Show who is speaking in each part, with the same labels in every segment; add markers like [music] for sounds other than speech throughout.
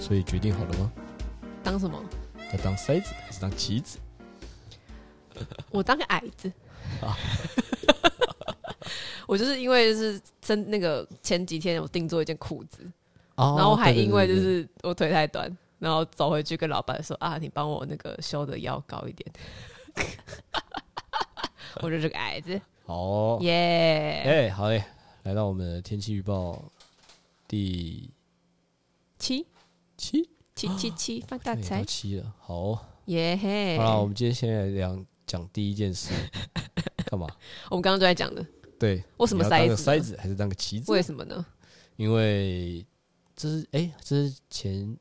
Speaker 1: 所以决定好了吗？
Speaker 2: 当
Speaker 1: [laughs]
Speaker 2: 什么？
Speaker 1: 要当筛子还是当棋子？
Speaker 2: 我当个矮子
Speaker 1: 啊。
Speaker 2: [laughs] 我就是因为就是真那个前几天我订做一件裤子，
Speaker 1: 哦
Speaker 2: 然后还
Speaker 1: 对对
Speaker 2: 因为
Speaker 1: 对
Speaker 2: 就
Speaker 1: 对
Speaker 2: 是我腿太短，然后走回去跟老板说啊，你帮我那个修的腰高一点。 [laughs] 我就是个矮子，
Speaker 1: 好哦
Speaker 2: 耶、
Speaker 1: 哎、好哎、来到我们的天气预报第
Speaker 2: 七
Speaker 1: 七，
Speaker 2: 七
Speaker 1: 哦
Speaker 2: 七七发大
Speaker 1: 看也到
Speaker 2: 财，
Speaker 1: 七了，好、哦，
Speaker 2: 耶嘿！
Speaker 1: 好啦，我们今天先来讲讲第一件
Speaker 2: [laughs]
Speaker 1: 事，干嘛？
Speaker 2: 我们刚刚就在讲的，
Speaker 1: 对，
Speaker 2: 为什么
Speaker 1: 你要当
Speaker 2: 筛
Speaker 1: 个
Speaker 2: 子呢
Speaker 1: 筛？子还是当个棋子？
Speaker 2: 为什么呢？
Speaker 1: 因为这是哎、这是前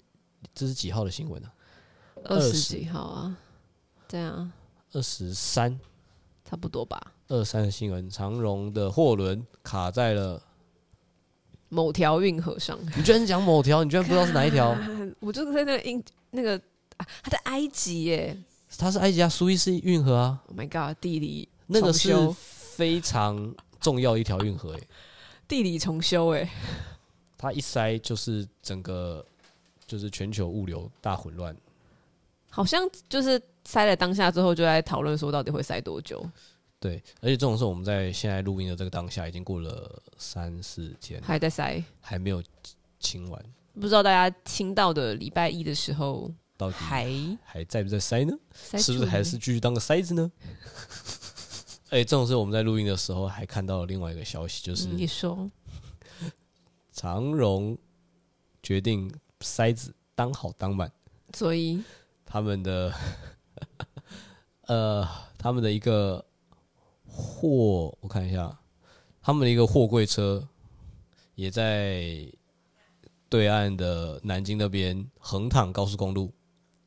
Speaker 1: 这是几号的新闻啊？
Speaker 2: 二十
Speaker 1: 20
Speaker 2: 几号啊，这样
Speaker 1: 二十三，
Speaker 2: 差不多吧。
Speaker 1: 二三的新闻，长荣的货轮卡在了。
Speaker 2: 某条运河上，
Speaker 1: 你居然是讲某条，你居然不知道是哪一条？
Speaker 2: [laughs] 我就是在那个印那个、啊，他在埃及耶
Speaker 1: 它是埃及啊，苏伊士运河啊，
Speaker 2: ！Oh my god，地理
Speaker 1: 那个
Speaker 2: 重
Speaker 1: 是
Speaker 2: 修
Speaker 1: 非常重要一条运河诶、欸
Speaker 2: 地理重修哎，
Speaker 1: 它一塞就是整个就是全球物流大混乱。
Speaker 2: 好像就是塞了当下之后，就在讨论说到底会塞多久，
Speaker 1: 对，而且这种事我们在现在录音的这个当下，已经过了三四天，
Speaker 2: 还在塞。
Speaker 1: 还没有清完，
Speaker 2: 不知道大家听到的礼拜一的时候
Speaker 1: 到底
Speaker 2: 还
Speaker 1: 还在不在塞呢？
Speaker 2: 塞
Speaker 1: 是不是
Speaker 2: 住吗
Speaker 1: 还是继续当个塞子呢？ [laughs] 哎、这种事我们在录音的时候还看到了另外一个消息，就是
Speaker 2: 嗯你说
Speaker 1: 长荣决定塞子当好当满，
Speaker 2: 所以
Speaker 1: 他们的 [laughs] 呃，他们的一个货，我看一下，他们的一个货柜车也在对岸的南京那边横躺高速公路。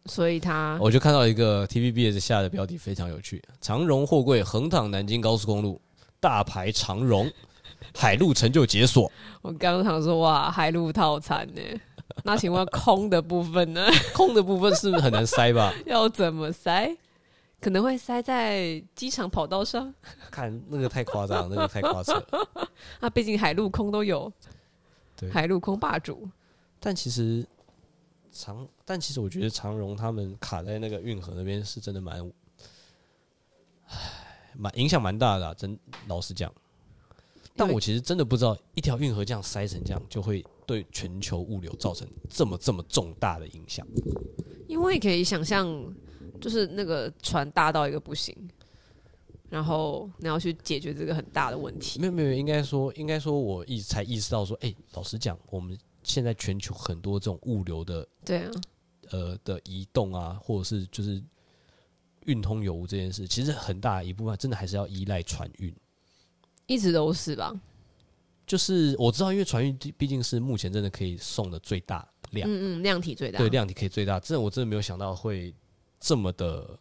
Speaker 2: 所以他
Speaker 1: 我就看到一个 TVBS 下的标题非常有趣：长荣货柜横躺南京高速公路，大牌长荣海陆成就解锁。
Speaker 2: 我刚刚想说哇海陆套餐呢，那请问空的部分呢 [laughs]
Speaker 1: 空的部分是不是很难塞吧？
Speaker 2: 要怎么塞？可能会塞在机场跑道上，
Speaker 1: [laughs] 看那个太夸张，那个太夸张。
Speaker 2: 那毕竟海陆空都有，
Speaker 1: 对
Speaker 2: 海陆空霸主。
Speaker 1: 但其实长，但其实我觉得长荣他们卡在那个运河那边是真的蛮，唉，蛮影响蛮大的、啊。真老实讲，但我其实真的不知道一条运河这样塞成这样，就会对全球物流造成这么这么重大的影响。
Speaker 2: 因为可以想象，就是那个船大到一个不行，然后你要去解决这个很大的问题。
Speaker 1: 没有没有，应该说应该说，我一直才意识到说，哎、老实讲，我们现在全球很多这种物流的
Speaker 2: 对啊，
Speaker 1: 呃的移动啊，或者是就是运通有无这件事，其实很大一部分真的还是要依赖船运。
Speaker 2: 一直都是吧。
Speaker 1: 就是我知道，因为船运毕竟是目前真的可以送的最大量，
Speaker 2: 嗯嗯，量体最大。
Speaker 1: 对量体可以最大，真的我真的没有想到会这么的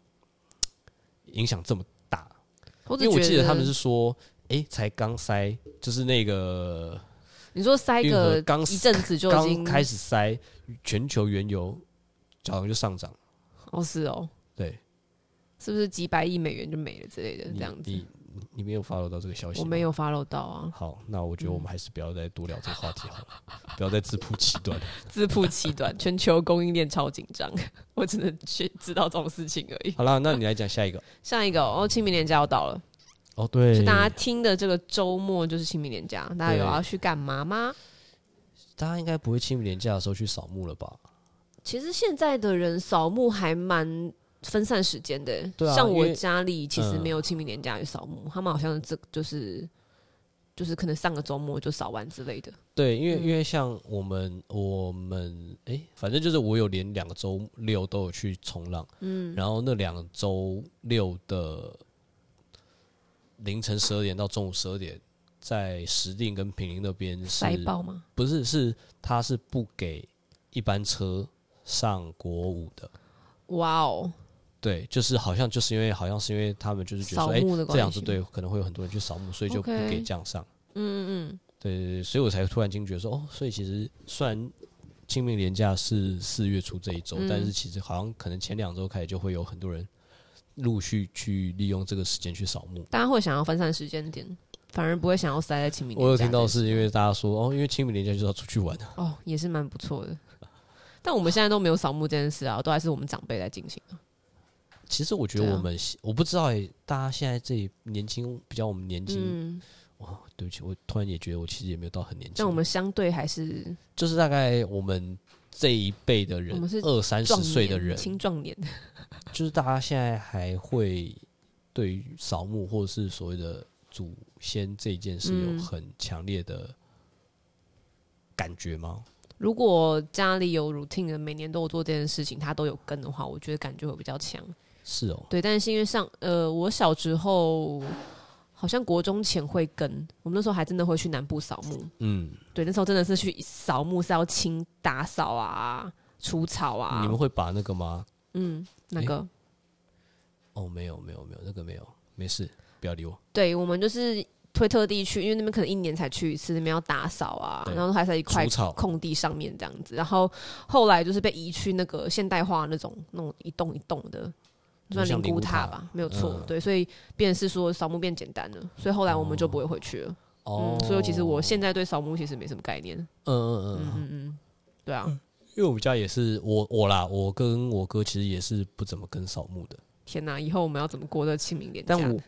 Speaker 1: 影响这么大。
Speaker 2: 我只
Speaker 1: 因为我记
Speaker 2: 觉
Speaker 1: 得他们是说，哎、才刚塞，就是那个
Speaker 2: 你说塞
Speaker 1: 运河
Speaker 2: 个
Speaker 1: 刚
Speaker 2: 一阵子就已
Speaker 1: 刚
Speaker 2: 经
Speaker 1: 开始塞，全球原油早上就上涨，
Speaker 2: 哦是哦，
Speaker 1: 对，
Speaker 2: 是不是几百亿美元就没了之类的呃这
Speaker 1: 你
Speaker 2: 样子？
Speaker 1: 你你没有 follow 到这个消息？
Speaker 2: 我没。有 follow 到啊，
Speaker 1: 好，那我觉得我们还是不要再多聊这个话题好了， [laughs] 不要再自曝其 [laughs] 短。
Speaker 2: 自曝其短，全球供应链超紧张， [laughs] 我只能去知道这种事情而已。
Speaker 1: 好啦，那你来讲下一个。
Speaker 2: 上一个哦，清明年假要到了，
Speaker 1: 哦，对
Speaker 2: 就大家听的这个周末就是清明年假，大家
Speaker 1: 对
Speaker 2: 有要去干嘛吗？
Speaker 1: 大家应该不会清明年假的时候去扫墓了吧？
Speaker 2: 其实现在的人扫墓还蛮分散时间的、
Speaker 1: 对啊
Speaker 2: 像
Speaker 1: 因
Speaker 2: 我
Speaker 1: 为
Speaker 2: 家里其实
Speaker 1: 嗯
Speaker 2: 没有清明年假去扫墓，他们好像这就是就是可能上个周末就扫完之类的。
Speaker 1: 对，因为、因为像我们我们哎、反正就是我有连两个周六都有去冲浪，嗯，然后那两周六的凌晨十二点到中午十二点，在石碇跟平陵那边是
Speaker 2: 塞爆吗？
Speaker 1: 不是是他是不给一班车上国五的，
Speaker 2: 哇哦，
Speaker 1: 对，就是好像就是因为好像是因为他们就是觉得说，
Speaker 2: 扫
Speaker 1: 哎、
Speaker 2: 墓的关系
Speaker 1: 这样子对，可能会有很多人去扫墓，所以就不
Speaker 2: OK
Speaker 1: 给这样上。
Speaker 2: 嗯嗯
Speaker 1: 对对对，所以我才突然惊觉说，哦，所以其实虽然清明年假是四月初这一周，
Speaker 2: 嗯
Speaker 1: 但是其实好像可能前两周开始就会有很多人陆续去利用这个时间去扫墓
Speaker 2: 嗯，。大家会想要分散时间点，反而不会想要塞在清明年假。
Speaker 1: 我有听到是因为大家说，哦，因为清明年假就是要出去玩，
Speaker 2: 哦，也是蛮不错的。但我们现在都没有扫墓这件事啊，都还是我们长辈在进行啊。
Speaker 1: 其实我觉
Speaker 2: 对
Speaker 1: 得
Speaker 2: 啊
Speaker 1: 我们、我不知道哎、大家现在这一年轻，比较我们年轻、
Speaker 2: 嗯，
Speaker 1: 哇，对不起，我突然也觉得我其实也没有到很年轻。
Speaker 2: 但我们相对还是
Speaker 1: 就是大概我们这一辈的人
Speaker 2: 我们是，
Speaker 1: 二三
Speaker 2: 壮
Speaker 1: 十
Speaker 2: 年
Speaker 1: 岁的人，
Speaker 2: 青壮年，
Speaker 1: 就是大家现在还会对于扫墓或者是所谓的祖先这一件事
Speaker 2: 嗯
Speaker 1: 有很强烈的感觉吗？
Speaker 2: 如果家里有 routine 的，每年都有做这件事情，他都有跟的话，我觉得感觉会比较强。
Speaker 1: 是哦，
Speaker 2: 对，但是因为上呃，我小时候好像国中前会跟，我们那时候还真的会去南部扫墓。
Speaker 1: 嗯，
Speaker 2: 对，那时候真的是去扫墓是要清打扫啊、除草啊。
Speaker 1: 你们会把那个吗？
Speaker 2: 嗯，那个、
Speaker 1: 哦，没有，没有，没有，那个没有，没事，不要理我。
Speaker 2: 对我们就是。推特地去，因为那边可能一年才去一次，那边要打扫啊，
Speaker 1: 对
Speaker 2: 然后还在一块
Speaker 1: 除草
Speaker 2: 空地上面这样子。然后后来就是被移去那个现代化那种那种一栋一栋的，
Speaker 1: 就
Speaker 2: 算
Speaker 1: 像
Speaker 2: 灵
Speaker 1: 灵
Speaker 2: 骨
Speaker 1: 骨
Speaker 2: 塔
Speaker 1: 塔
Speaker 2: 吧，没有错。
Speaker 1: 嗯
Speaker 2: 对，所以变成是说扫墓变简单了，所以后来我们就不会回去了。
Speaker 1: 哦，
Speaker 2: 嗯，所以其实我现在对扫墓其实没什么概念。
Speaker 1: 嗯嗯
Speaker 2: 嗯
Speaker 1: 嗯，
Speaker 2: 嗯嗯，对啊，
Speaker 1: 因为我们家也是我我啦，我跟我哥其实也是不怎么跟扫墓的，
Speaker 2: 天哪，以后我们要怎么过这清明年假？
Speaker 1: 但我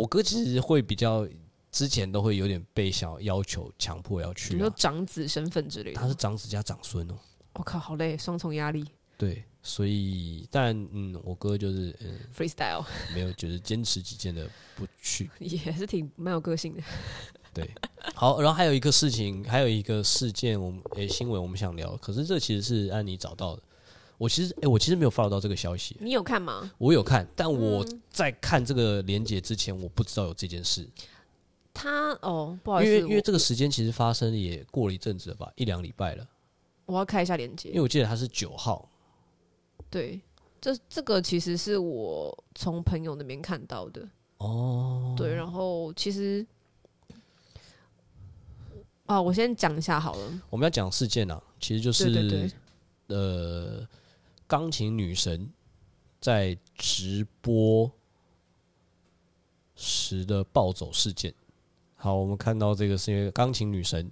Speaker 1: 我哥其实会比较之前都会有点被想要要求强迫要
Speaker 2: 你
Speaker 1: 去、
Speaker 2: 说
Speaker 1: 啊，
Speaker 2: 长子身份之类
Speaker 1: 他是
Speaker 2: 的，
Speaker 1: 长子加长孙哦、
Speaker 2: 我、靠，好累，双重压力
Speaker 1: 对，所以但嗯，我哥就是嗯
Speaker 2: ，freestyle
Speaker 1: 没有就是坚持己见的不去。 [laughs]
Speaker 2: 也是挺蛮有个性的。
Speaker 1: 对，好，然后还有一个事情，还有一个事件，我们诶、新闻我们想聊，可是这其实是安妮找到的。我其实诶、我其实没有 follow 到这个消息，
Speaker 2: 你有看吗？
Speaker 1: 我有看，但我在看这个连结之前，我不知道有这件事，
Speaker 2: 他哦，不好意
Speaker 1: 因
Speaker 2: 思，
Speaker 1: 为因为这个时间其实发生也过了一阵子了吧，一两礼拜了，
Speaker 2: 我我要开一下链
Speaker 1: 因
Speaker 2: 接
Speaker 1: 为。我记得他是九号，
Speaker 2: 对，这这个其实是我从朋友那边看到的。哦，对，然后其实。啊，我先讲一下好了。
Speaker 1: 我们要讲事件啊，其实就是
Speaker 2: 对对对，
Speaker 1: 呃，钢琴女神在直播时的暴走事件。好，我们看到这个是因为钢琴女神，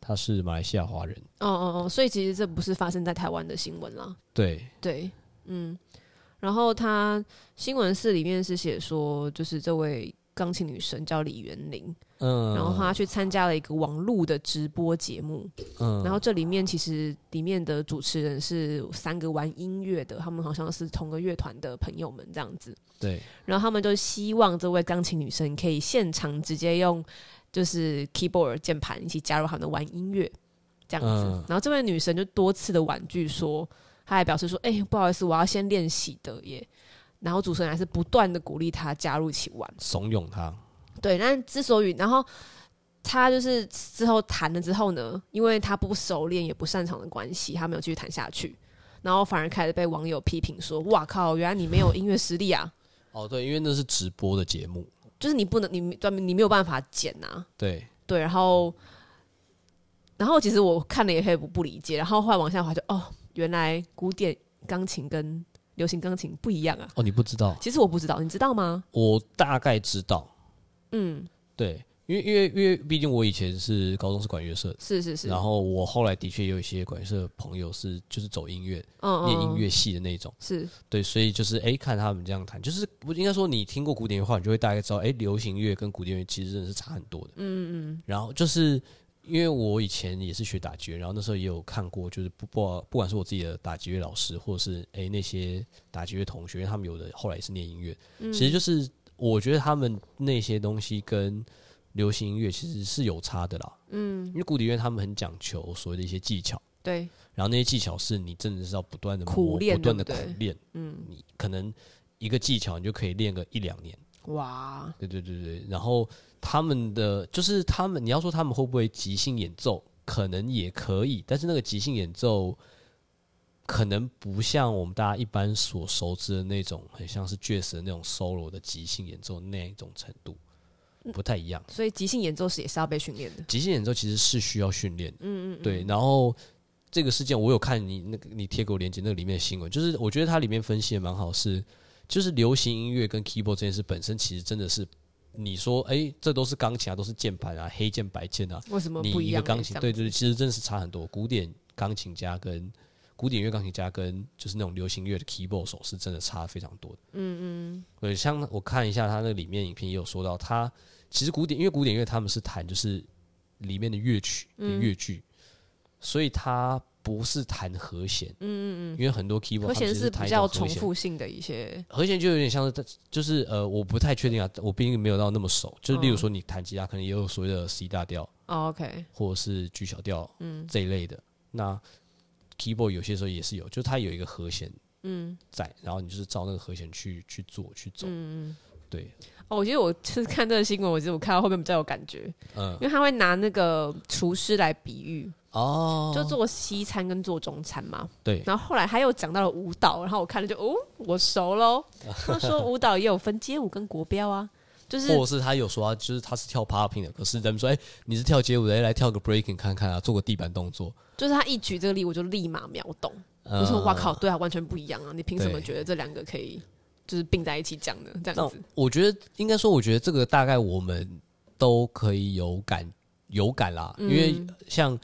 Speaker 1: 她是马来西亚华人，
Speaker 2: 哦哦哦，所以其实这不是发生在台湾的新闻啦，
Speaker 1: 对，
Speaker 2: 对，嗯，然后他新闻室里面是写说，就是这位钢琴女神叫李元玲，
Speaker 1: 嗯，
Speaker 2: 然后她去参加了一个网络的直播节目，
Speaker 1: 嗯，
Speaker 2: 然后这里面其实里面的主持人是三个玩音乐的，他们好像是同个乐团的朋友们这样子，
Speaker 1: 对，
Speaker 2: 然后他们就希望这位钢琴女生可以现场直接用就是 keyboard 键盘一起加入他们的玩音乐这样子。
Speaker 1: 嗯
Speaker 2: 然后这位女生就多次的婉拒说，她还表示说：“哎、不好意思，我要先练习的耶。”然后主持人还是不断的鼓励她加入一起玩。
Speaker 1: 怂恿她，
Speaker 2: 对，但之所以，然后她就是之后弹了之后呢，因为她不熟练也不擅长的关系，她没有继续弹下去。然后反而开始被网友批评说：“哇靠，原来你没有音乐实力啊！”
Speaker 1: 哦，对，因为那是直播的节目，
Speaker 2: 就是你不能，你专门你没有办法剪呐、啊，
Speaker 1: 对，
Speaker 2: 对，然后，然后其实我看了也很不不理解，然后后来往下滑就哦，原来古典钢琴跟流行钢琴不一样啊。
Speaker 1: 哦，你不知道，
Speaker 2: 其实我不知道，你知道吗？
Speaker 1: 我大概知道，
Speaker 2: 嗯，
Speaker 1: 对，因为因为因为毕竟我以前是高中是管乐社的，
Speaker 2: 是是是，
Speaker 1: 然后我后来的确有一些管乐社的朋友是就是走音乐、
Speaker 2: 嗯
Speaker 1: 念音
Speaker 2: 嗯
Speaker 1: 乐系的那种。
Speaker 2: 是
Speaker 1: 对，所以就是哎、诶看他们这样弹，就是不应该说你听过古典乐的话，你就会大概知道，哎、流行乐跟古典乐其实真的是差很多的。嗯嗯。然后就是因为我以前也是学打击乐，然后那时候也有看过，就是不不不管是我自己的打击乐老师，或者是哎、诶那些打击乐同学，因为他们有的后来也是念音乐，其实就是我觉得他们那些东西跟流行音乐其实是有差的啦。嗯，因为古典乐他们很讲求所谓的一些技巧。
Speaker 2: 对，
Speaker 1: 然后那些技巧是你真的是要不断的
Speaker 2: 苦练
Speaker 1: 不断的
Speaker 2: 对
Speaker 1: 苦
Speaker 2: 不对
Speaker 1: 练，嗯，你可能一个技巧你就可以练个一两年，
Speaker 2: 哇，
Speaker 1: 对对对对。然后他们的就是他们，你要说他们会不会即兴演奏，可能也可以，但是那个即兴演奏可能不像我们大家一般所熟知的那种，很像是爵士的那种 solo 的即兴演奏那一种程度，不太一样。
Speaker 2: 所以即兴演奏是也是要被训练的。
Speaker 1: 极限演奏其实是需要训练的，嗯嗯对。然后这个事件我有看你那个你贴给我链接那个里面的新闻，就是我觉得它里面分析的蛮好是，就是流行音乐跟 keyboard 这件事本身其实真的是，你说哎、这都是钢琴啊，都是键盘啊，黑键白键啊，
Speaker 2: 为什么
Speaker 1: 你
Speaker 2: 不
Speaker 1: 一
Speaker 2: 样
Speaker 1: 个
Speaker 2: 呢？
Speaker 1: 钢琴
Speaker 2: 这样
Speaker 1: 对对，对其实真的是差很多。古典钢琴家跟古典乐钢琴家跟就是那种流行乐的 keyboard 手是真的差非常多的。嗯嗯，对，像我看一下他那里面影片也有说到，他其实古典因为古典乐他们是弹就是里面的乐曲、
Speaker 2: 嗯
Speaker 1: 乐句，所以他不是弹和弦。嗯嗯嗯，因为很多 keyboard
Speaker 2: 和
Speaker 1: 他们
Speaker 2: 弦
Speaker 1: 其实
Speaker 2: 是
Speaker 1: 弹
Speaker 2: 比
Speaker 1: 一种
Speaker 2: 较
Speaker 1: 和
Speaker 2: 重
Speaker 1: 弦
Speaker 2: 复性的一些，
Speaker 1: 和弦就有点像是，就是呃，我不太确定啊，我毕竟没有到那么熟。就是例
Speaker 2: 嗯
Speaker 1: 如说，你弹吉他可能也有所谓的 C 大调
Speaker 2: 哦、OK，
Speaker 1: 或者是 G 小调，嗯，这一类的。那 keyboard 有些时候也是有，就是它有一个和弦，嗯，在，然后你就是照那个和弦去去做去走，嗯对，
Speaker 2: 哦，我觉得我就是看这个新闻，我觉得我看到后面比较有感觉，
Speaker 1: 嗯
Speaker 2: 因为他会拿那个厨师来比喻，
Speaker 1: 哦，
Speaker 2: 就做西餐跟做中餐嘛。
Speaker 1: 对，
Speaker 2: 然后后来他又讲到了舞蹈，然后我看了就哦，我
Speaker 1: [laughs]
Speaker 2: 熟喽。他说舞蹈也有分街舞跟国标啊，就是
Speaker 1: 或者是他有说啊，就是他是跳 popping 的，可是人们说，哎、你是跳街舞的，哎来跳个 breaking 看看啊，做个地板动作，
Speaker 2: 就是他一举这个例，我就立马秒懂。
Speaker 1: 嗯
Speaker 2: 我说哇靠，对啊，完全不一样啊！你凭什么
Speaker 1: 对
Speaker 2: 觉得这两个可以就是并在一起讲呢？这样
Speaker 1: 那
Speaker 2: 子，
Speaker 1: 我觉得应该说，我觉得这个大概我们都可以有感有感啦，
Speaker 2: 嗯
Speaker 1: 因为像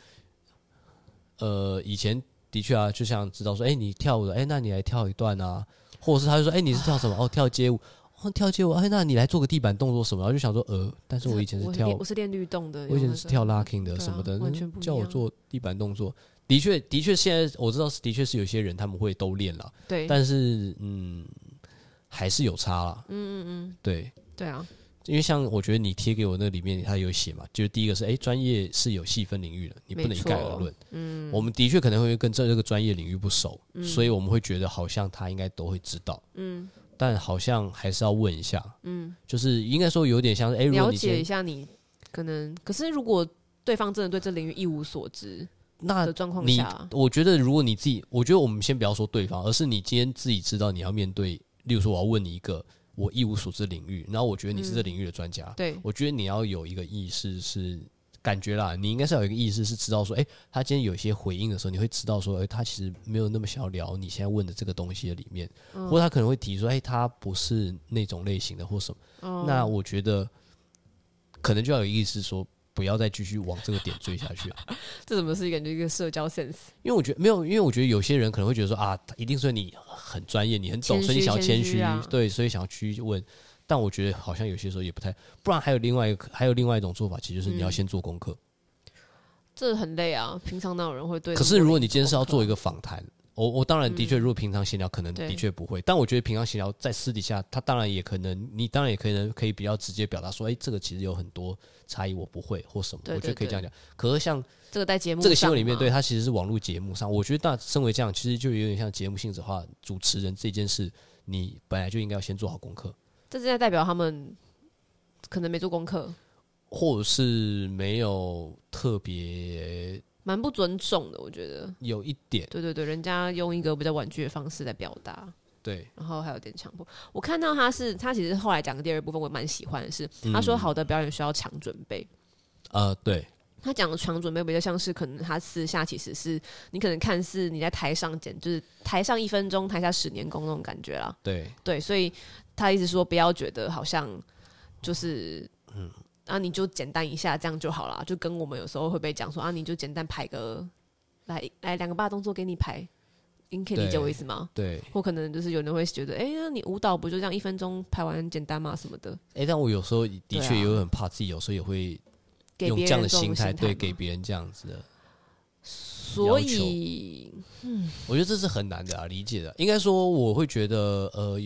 Speaker 1: 呃以前的确啊，就像知道说，哎、你跳舞的，哎、那你来跳一段啊，或者是他就说，哎、你是跳什么？哦，跳街舞，哦，跳街舞，哎、那你来做个地板动作什么？然后就想说，呃，但是我以前是
Speaker 2: 我
Speaker 1: 跳
Speaker 2: 练我是练律动的，
Speaker 1: 我以
Speaker 2: 然
Speaker 1: 前
Speaker 2: 后
Speaker 1: 是
Speaker 2: 那
Speaker 1: 跳
Speaker 2: 时候
Speaker 1: locking 的
Speaker 2: 对啊
Speaker 1: 什么的，
Speaker 2: 完
Speaker 1: 那
Speaker 2: 全不一
Speaker 1: 叫我
Speaker 2: 样
Speaker 1: 做地板动作，的确，的确，现在我知道是，的确是有些人他们会都练了，
Speaker 2: 对
Speaker 1: 但是嗯，还是有差啦。嗯嗯嗯，对，
Speaker 2: 对啊，
Speaker 1: 因为像我觉得你贴给我那里面，它有写嘛，就是第一个是，哎、专业是有细分领域的，你不能
Speaker 2: 没
Speaker 1: 一
Speaker 2: 错嗯
Speaker 1: 概而论。嗯，我们的确可能会跟这这个专业领域不熟，所以我们会觉得好像他应该都会知道。嗯，但好像还是要问一下。嗯，就是应该说有点像是，哎、如果
Speaker 2: 了
Speaker 1: 你今
Speaker 2: 解一
Speaker 1: 天
Speaker 2: 下你可能，可是如果对方真的对这领域一无所知
Speaker 1: 那
Speaker 2: 的状况
Speaker 1: 你
Speaker 2: 下，，
Speaker 1: 我觉得如果你自己，我觉得我们先不要说对方，而是你今天自己知道你要面对，例如说我要问你一个我一无所知的领域，然后我觉得你是这领域的专家，
Speaker 2: 对
Speaker 1: 我觉得你要有一个意识是感觉啦，你应该是要有一个意识是知道说，哎、他今天有一些回应的时候，你会知道说，哎、他其实没有那么想要聊你现在问的这个东西的里面，或者他可能会提说，哎、他不是那种类型的或什么。
Speaker 2: 哦
Speaker 1: 那
Speaker 2: 嗯
Speaker 1: 我觉得可能就要有意识说，不要再继续往这个点追下去了。
Speaker 2: 这怎么是一个一个社交 sense？
Speaker 1: 因为我觉得没有，因为我觉得有些人可能会觉得说啊，一定是你很专业，你很懂，
Speaker 2: 谦虚
Speaker 1: 所以你想要谦
Speaker 2: 谦虚啊
Speaker 1: 对，所以想要去问。但我觉得好像有些时候也不太，不然还有另外一个，还有另外一种做法，其实就是你要先做功课。
Speaker 2: 这很累啊，平常哪有人会对？
Speaker 1: 可是如果你今天是要
Speaker 2: 功课嗯
Speaker 1: 做一个访谈，我我当然的确，如果平常闲聊可能
Speaker 2: 对
Speaker 1: 的确不会，但我觉得平常闲聊在私底下，他当然也可能，你当然也可能可以比较直接表达说，哎、这个其实有很多差异，我不会或什么，
Speaker 2: 对
Speaker 1: 我觉得
Speaker 2: 对
Speaker 1: 可以这样
Speaker 2: 对
Speaker 1: 讲。可是像
Speaker 2: 这个在节目
Speaker 1: 这个新闻里
Speaker 2: 上
Speaker 1: 面，
Speaker 2: 嘛
Speaker 1: 对它其实是网络节目上，我觉得大身为这样，其实就有点像节目性质化，主持人这件事，你本来就应该要先做好功课，
Speaker 2: 这是在代表他们可能没做功课，
Speaker 1: 或者是没有特别
Speaker 2: 蛮不尊重的，我觉得。
Speaker 1: 有一点
Speaker 2: 对对对，人家用一个比较婉拒的方式来表达，
Speaker 1: 对，
Speaker 2: 然后还有点强迫。我看到他是他其实后来讲的第二部分，我蛮喜欢的是，他说好的表演需要强准备，
Speaker 1: 呃，对，
Speaker 2: 他讲的强准备比较像是，可能他私下其实是你可能看似你在台上剪，就是台上一分钟，台下十年功那种感觉啦。
Speaker 1: 对，
Speaker 2: 对，所以他一直说不要觉得好像就是嗯，啊你就简单一下这样就好啦，就跟我们有时候会被讲说啊你就简单排个来来两个八动作给你排，你可以理解
Speaker 1: 对
Speaker 2: 我意思吗？
Speaker 1: 对，
Speaker 2: 或可能就是有人会觉得，哎、那你舞蹈不就这样一分钟排完很简单吗？什么的，
Speaker 1: 哎、但我有时候的
Speaker 2: 对啊
Speaker 1: 确也会很怕自己，有时候也会
Speaker 2: 给
Speaker 1: 用
Speaker 2: 别
Speaker 1: 这样
Speaker 2: 人
Speaker 1: 的
Speaker 2: 这种
Speaker 1: 心态，对，
Speaker 2: 嘛
Speaker 1: 给别人这样子的，
Speaker 2: 所
Speaker 1: 要求
Speaker 2: 以
Speaker 1: 我觉得这是很难的啊，理解的。应该说，我会觉得，呃，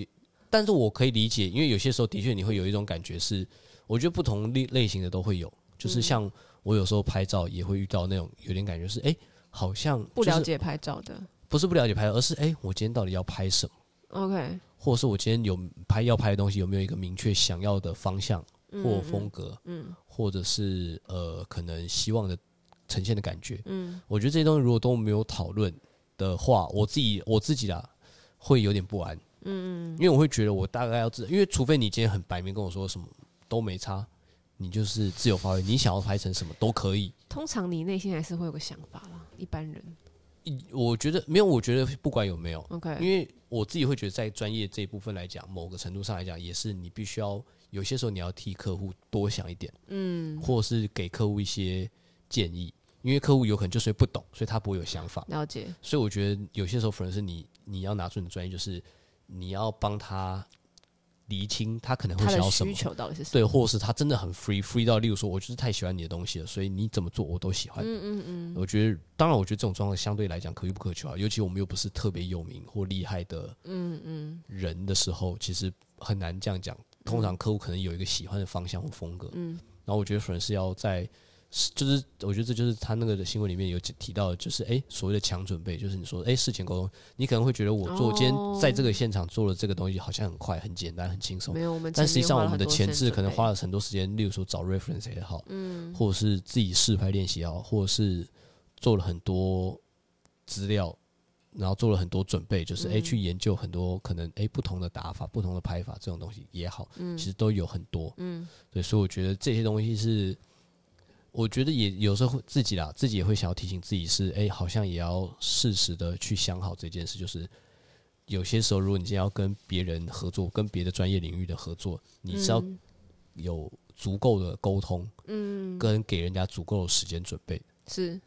Speaker 1: 但是我可以理解，因为有些时候的确你会有一种感觉是，我觉得不同类类型的都会有，
Speaker 2: 嗯
Speaker 1: 就是像我有时候拍照也会遇到那种有点感觉是，哎、好像、
Speaker 2: 不了
Speaker 1: 就是，
Speaker 2: 解拍照的。
Speaker 1: 不是不了解拍照，而是哎、诶我今天到底要拍什么，
Speaker 2: OK，
Speaker 1: 或者是我今天有拍要拍的东西有没有一个明确想要的方向或风格，嗯，或者是呃可能希望的呈现的感觉，嗯，我觉得这些东西如果都没有讨论的话，我自己我自己啦会有点不安，嗯，因为我会觉得我大概要知，因为除非你今天很白明跟我说什么都没差，你就是自由发挥，你想要拍成什么都可以，
Speaker 2: 通常你内心还是会有个想法啦，一般人。
Speaker 1: 我觉得没有，我觉得不管有没有，因
Speaker 2: OK，
Speaker 1: 为我自己会觉得，在专业这一部分来讲，某个程度上来讲，也是你必须要有些时候你要替客户多想一点，嗯，或是给客户一些建议，因为客户有可能就是不懂，所以他不会有想法。
Speaker 2: 了解，
Speaker 1: 所以我觉得有些时候反而是你你要拿出你的专业，就是你要帮他厘清他可能会
Speaker 2: 他
Speaker 1: 想
Speaker 2: 的
Speaker 1: 要什
Speaker 2: 需
Speaker 1: 么，
Speaker 2: 求到底是什么？
Speaker 1: 对，或者是他真的很 free free 到，例如说我就是太喜欢你的东西了，所以你怎么做我都喜欢。嗯嗯嗯，我觉得当然，我觉得这种状况相对来讲可遇不可求啊，尤其我们又不是特别有名或厉害的
Speaker 2: 嗯嗯
Speaker 1: 人的时候，其实很难这样讲。通常客户可能有一个喜欢的方向或风格，
Speaker 2: 嗯，
Speaker 1: 然后我觉得反而是要在，是就是我觉得这就是他那个的新闻里面有提到的，就是诶所谓的强准备，就是你说诶事前沟通，你可能会觉得我做、
Speaker 2: 哦
Speaker 1: 今天在这个现场做了这个东西好像很快、很简单、很轻松，
Speaker 2: 没有我们，
Speaker 1: 但实际上我们的前置可能花，了很多时间，例如说找 reference 也好，
Speaker 2: 嗯
Speaker 1: 或者是自己试拍练习也好，或者是做了很多资料，然后做了很多准备，就是哎、诶
Speaker 2: 嗯
Speaker 1: 去研究很多可能哎、诶不同的打法、不同的拍法这种东西也好，
Speaker 2: 嗯
Speaker 1: 其实都有很多。
Speaker 2: 嗯，
Speaker 1: 对，所以我觉得这些东西是，我觉得也有时候会自己啦，自己也会想要提醒自己是，哎、好像也要适时的去想好这件事，就是有些时候，如果你今天要跟别人合作，跟别的专业领域的合作，你是要
Speaker 2: 嗯
Speaker 1: 有足够的沟通，
Speaker 2: 嗯
Speaker 1: 跟给人家足够的时间准备。
Speaker 2: 是，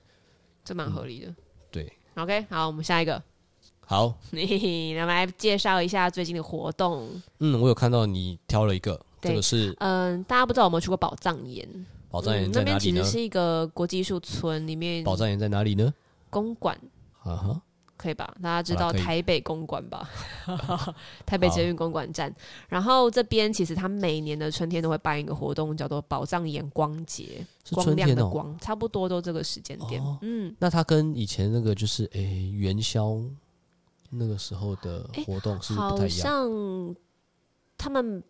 Speaker 2: 这蛮合理的。
Speaker 1: 对，
Speaker 2: OK，好，我们下一个， [laughs]
Speaker 1: 好，
Speaker 2: 你来我们来介绍一下最近的活动。
Speaker 1: 嗯，我有看到你挑了一个，这
Speaker 2: 对
Speaker 1: 个是
Speaker 2: 嗯，大家不知道有没有去过宝藏岩？
Speaker 1: 宝藏岩
Speaker 2: 嗯
Speaker 1: 哦在
Speaker 2: 那
Speaker 1: 哪
Speaker 2: 边
Speaker 1: 里
Speaker 2: 其
Speaker 1: 呢
Speaker 2: 实？是一个国际艺术村，里面
Speaker 1: 宝藏岩在哪里呢？
Speaker 2: 公馆
Speaker 1: 啊哈，
Speaker 2: 可以吧？大家知
Speaker 1: 好啦
Speaker 2: 道
Speaker 1: 可以
Speaker 2: 台北公馆
Speaker 1: [laughs]
Speaker 2: 吧？ [laughs] 台北捷运公馆站。然后这边其实它每年的春天都会办一个活动，叫做宝藏岩光节，
Speaker 1: 是
Speaker 2: 光
Speaker 1: 春
Speaker 2: 亮
Speaker 1: 天
Speaker 2: 的
Speaker 1: 哦、
Speaker 2: 光，差不多都这个时间点。
Speaker 1: 哦
Speaker 2: 嗯，
Speaker 1: 那它跟以前那个就是诶、元宵那个时候的活动是不是不太
Speaker 2: 好
Speaker 1: 一样？
Speaker 2: 像他们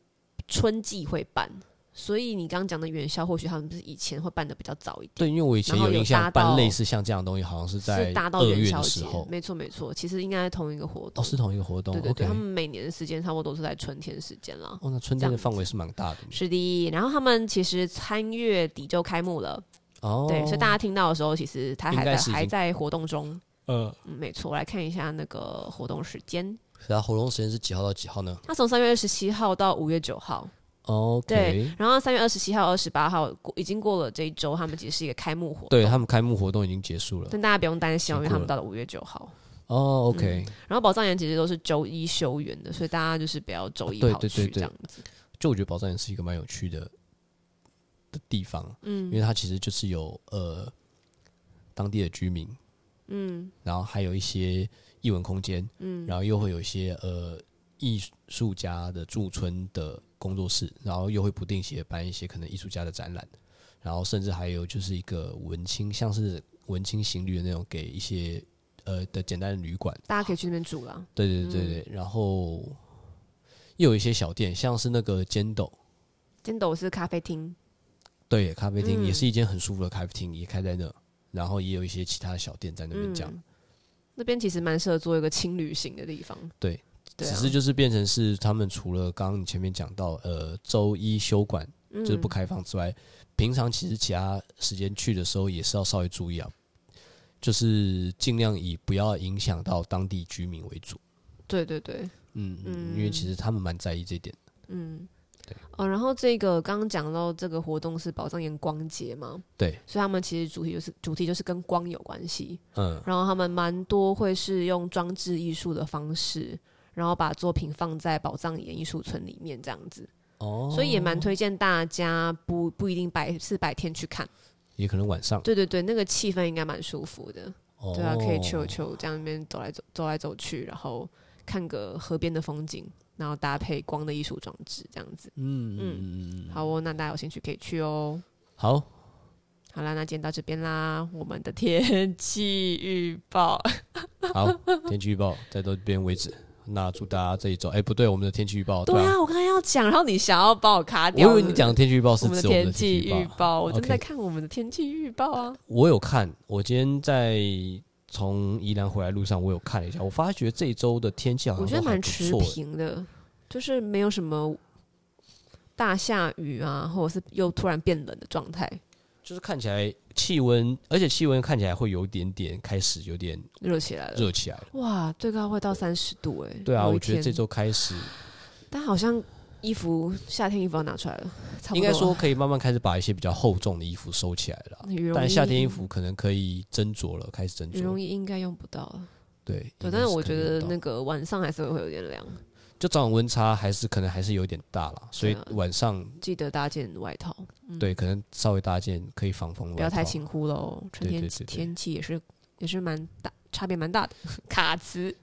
Speaker 2: 春季会办，所以你刚刚讲的元宵，或许他们不是以前会办的比较早一点。
Speaker 1: 对，因为我以前
Speaker 2: 然后
Speaker 1: 有
Speaker 2: 有
Speaker 1: 印象
Speaker 2: 搭
Speaker 1: 办
Speaker 2: 到
Speaker 1: 类似像这样的东西，好像是在
Speaker 2: 是搭到
Speaker 1: 二
Speaker 2: 元
Speaker 1: 月
Speaker 2: 宵
Speaker 1: 的
Speaker 2: 节
Speaker 1: 时候，，
Speaker 2: 没错没错，其实应该是同一个活
Speaker 1: 哦，
Speaker 2: 动。
Speaker 1: 是同一个活动。
Speaker 2: 对对对
Speaker 1: o
Speaker 2: 他
Speaker 1: k
Speaker 2: 们每年的时间差不多都是在春天时间了。
Speaker 1: 哦，那春
Speaker 2: 这
Speaker 1: 天的
Speaker 2: 样
Speaker 1: 范围是蛮大的呢。
Speaker 2: 是的，然后他们其实三月底就开幕了，
Speaker 1: 哦，
Speaker 2: 对，所以大家听到的时候，其实它还
Speaker 1: 应该
Speaker 2: 在
Speaker 1: 是已经
Speaker 2: 还在活动中。
Speaker 1: 呃，
Speaker 2: 嗯，没错，我来看一下那个活动时间，
Speaker 1: 然后活动时间是几号到几号呢哦
Speaker 2: 它从三月二十七号到五月九号，对
Speaker 1: ？OK，
Speaker 2: 然后三月二十七号、二十八号过已经过了这一周，他们其实是一个开幕活动，
Speaker 1: 对他们开幕活动已经结束了。
Speaker 2: 但大家不用担心哦，
Speaker 1: 已
Speaker 2: 因
Speaker 1: 经过
Speaker 2: 为他
Speaker 1: 了
Speaker 2: 们到了五月九号。
Speaker 1: 哦，OK，
Speaker 2: 然后宝藏岩其实都是周一休园的，所以大家就是不要周一
Speaker 1: 对
Speaker 2: 跑
Speaker 1: 对对
Speaker 2: 去
Speaker 1: 对
Speaker 2: 这样子。
Speaker 1: 就我觉得宝藏岩是一个蛮有趣的的地方，因
Speaker 2: 嗯
Speaker 1: 为它其实就是有呃当地的居民，
Speaker 2: 嗯
Speaker 1: 然后还有一些艺文空间，
Speaker 2: 嗯
Speaker 1: 然后又会有一些呃艺术家的驻村的工作室，然后又会不定期地办一些可能艺术家的展览，然后甚至还有就是一个文青，像是文青行旅的那种，给一些呃的简单的旅馆，
Speaker 2: 大家可以去那边住啦。
Speaker 1: 对对对对，
Speaker 2: 嗯
Speaker 1: 然后又有一些小店，像是那个尖斗。
Speaker 2: 尖斗是咖啡厅，
Speaker 1: 对，咖啡厅、
Speaker 2: 嗯
Speaker 1: 也是一间很舒服的咖啡厅，也开在那，然后也有一些其他的小店在那边
Speaker 2: 嗯
Speaker 1: 这样。
Speaker 2: 那边其实蛮适合做一个轻旅行的地方。
Speaker 1: 对
Speaker 2: 对啊，
Speaker 1: 只是就是变成是他们除了刚刚你前面讲到，呃，周一休馆
Speaker 2: 嗯
Speaker 1: 就是不开放之外，平常其实其他时间去的时候也是要稍微注意啊，就是尽量以不要影响到当地居民为主。
Speaker 2: 对对对，
Speaker 1: 嗯，
Speaker 2: 嗯
Speaker 1: 嗯因为其实他们蛮在意这一点。
Speaker 2: 嗯
Speaker 1: 对。
Speaker 2: 哦，然后这个刚刚讲到这个活动是宝藏岩光节嘛，
Speaker 1: 对，
Speaker 2: 所以他们其实主题就是主题就是跟光有关系，
Speaker 1: 嗯，
Speaker 2: 然后他们蛮多会是用装置艺术的方式，然后把作品放在宝藏岩艺术村里面这样子，
Speaker 1: 哦，
Speaker 2: 所以也蛮推荐大家不不一定白是白天去看，
Speaker 1: 也可能晚上，
Speaker 2: 对对对，那个气氛应该蛮舒服的，
Speaker 1: 哦、
Speaker 2: 对啊，可以球球这样那边走来走走来走去，然后看个河边的风景，然后搭配光的艺术装置这样子。
Speaker 1: 嗯嗯
Speaker 2: 嗯
Speaker 1: 嗯嗯嗯，
Speaker 2: 好哦，那大家有兴趣可以去哦。
Speaker 1: 好，
Speaker 2: 好啦，那今天到这边啦。我们的天气预报，
Speaker 1: 好，天气预报再到这边为止。那祝大家这一周，哎、不对，我们的天气预报，
Speaker 2: 对
Speaker 1: 啊，
Speaker 2: 啊，我刚才要讲，然后你想要把我卡
Speaker 1: 我以
Speaker 2: 掉。
Speaker 1: 为你讲的天气预报是
Speaker 2: 我们的
Speaker 1: 指我们的天
Speaker 2: 天气
Speaker 1: 气预
Speaker 2: 预
Speaker 1: 报。
Speaker 2: 报，我正
Speaker 1: OK
Speaker 2: 在看我们的天气预报啊。
Speaker 1: 我有看，我今天在从宜兰回来路上，我有看了一下，我发觉这一周的天气好像
Speaker 2: 我觉得
Speaker 1: 啊都还
Speaker 2: 蛮
Speaker 1: 不
Speaker 2: 持
Speaker 1: 错的
Speaker 2: 平的，就是没有什么大下雨啊，或者是又突然变冷的状态，
Speaker 1: 就是看起来气温，而且气温看起来会有一点点开始有点
Speaker 2: 热起来了。
Speaker 1: 热起来了。
Speaker 2: 哇，最高会到三十度哎、
Speaker 1: 对啊，
Speaker 2: 呃有一
Speaker 1: 我觉得
Speaker 2: 天
Speaker 1: 这周开始
Speaker 2: 但好像衣服夏天衣服要拿出来了，差不多
Speaker 1: 应该说可以慢慢开始把一些比较厚重的衣服收起来了啦，
Speaker 2: 羽绒
Speaker 1: 但
Speaker 2: 衣
Speaker 1: 夏天衣服可能可以斟酌了，开始斟
Speaker 2: 羽绒
Speaker 1: 酌。
Speaker 2: 衣应该用不到了。
Speaker 1: 对，
Speaker 2: 对，
Speaker 1: 应该
Speaker 2: 但是
Speaker 1: 可
Speaker 2: 我
Speaker 1: 以
Speaker 2: 觉得
Speaker 1: 用到
Speaker 2: 那个晚上还是会有点凉，
Speaker 1: 就早晚温差还是可能还是有点大啦，所以
Speaker 2: 对啊
Speaker 1: 晚上
Speaker 2: 记得搭件外套，
Speaker 1: 对可能稍微搭件可以防风的外套，
Speaker 2: 不要太轻忽喽。春
Speaker 1: 对
Speaker 2: 天
Speaker 1: 对对对
Speaker 2: 天气也是也是蛮大，差别蛮大的。 [laughs] 卡词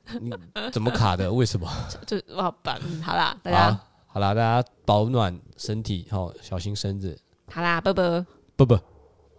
Speaker 1: 怎么卡的？为什么？
Speaker 2: [laughs] 就不好办，嗯好啦，大家
Speaker 1: 啊，好啦，大家保暖身体，好、小心身子，
Speaker 2: 好啦，拜拜。
Speaker 1: 不不。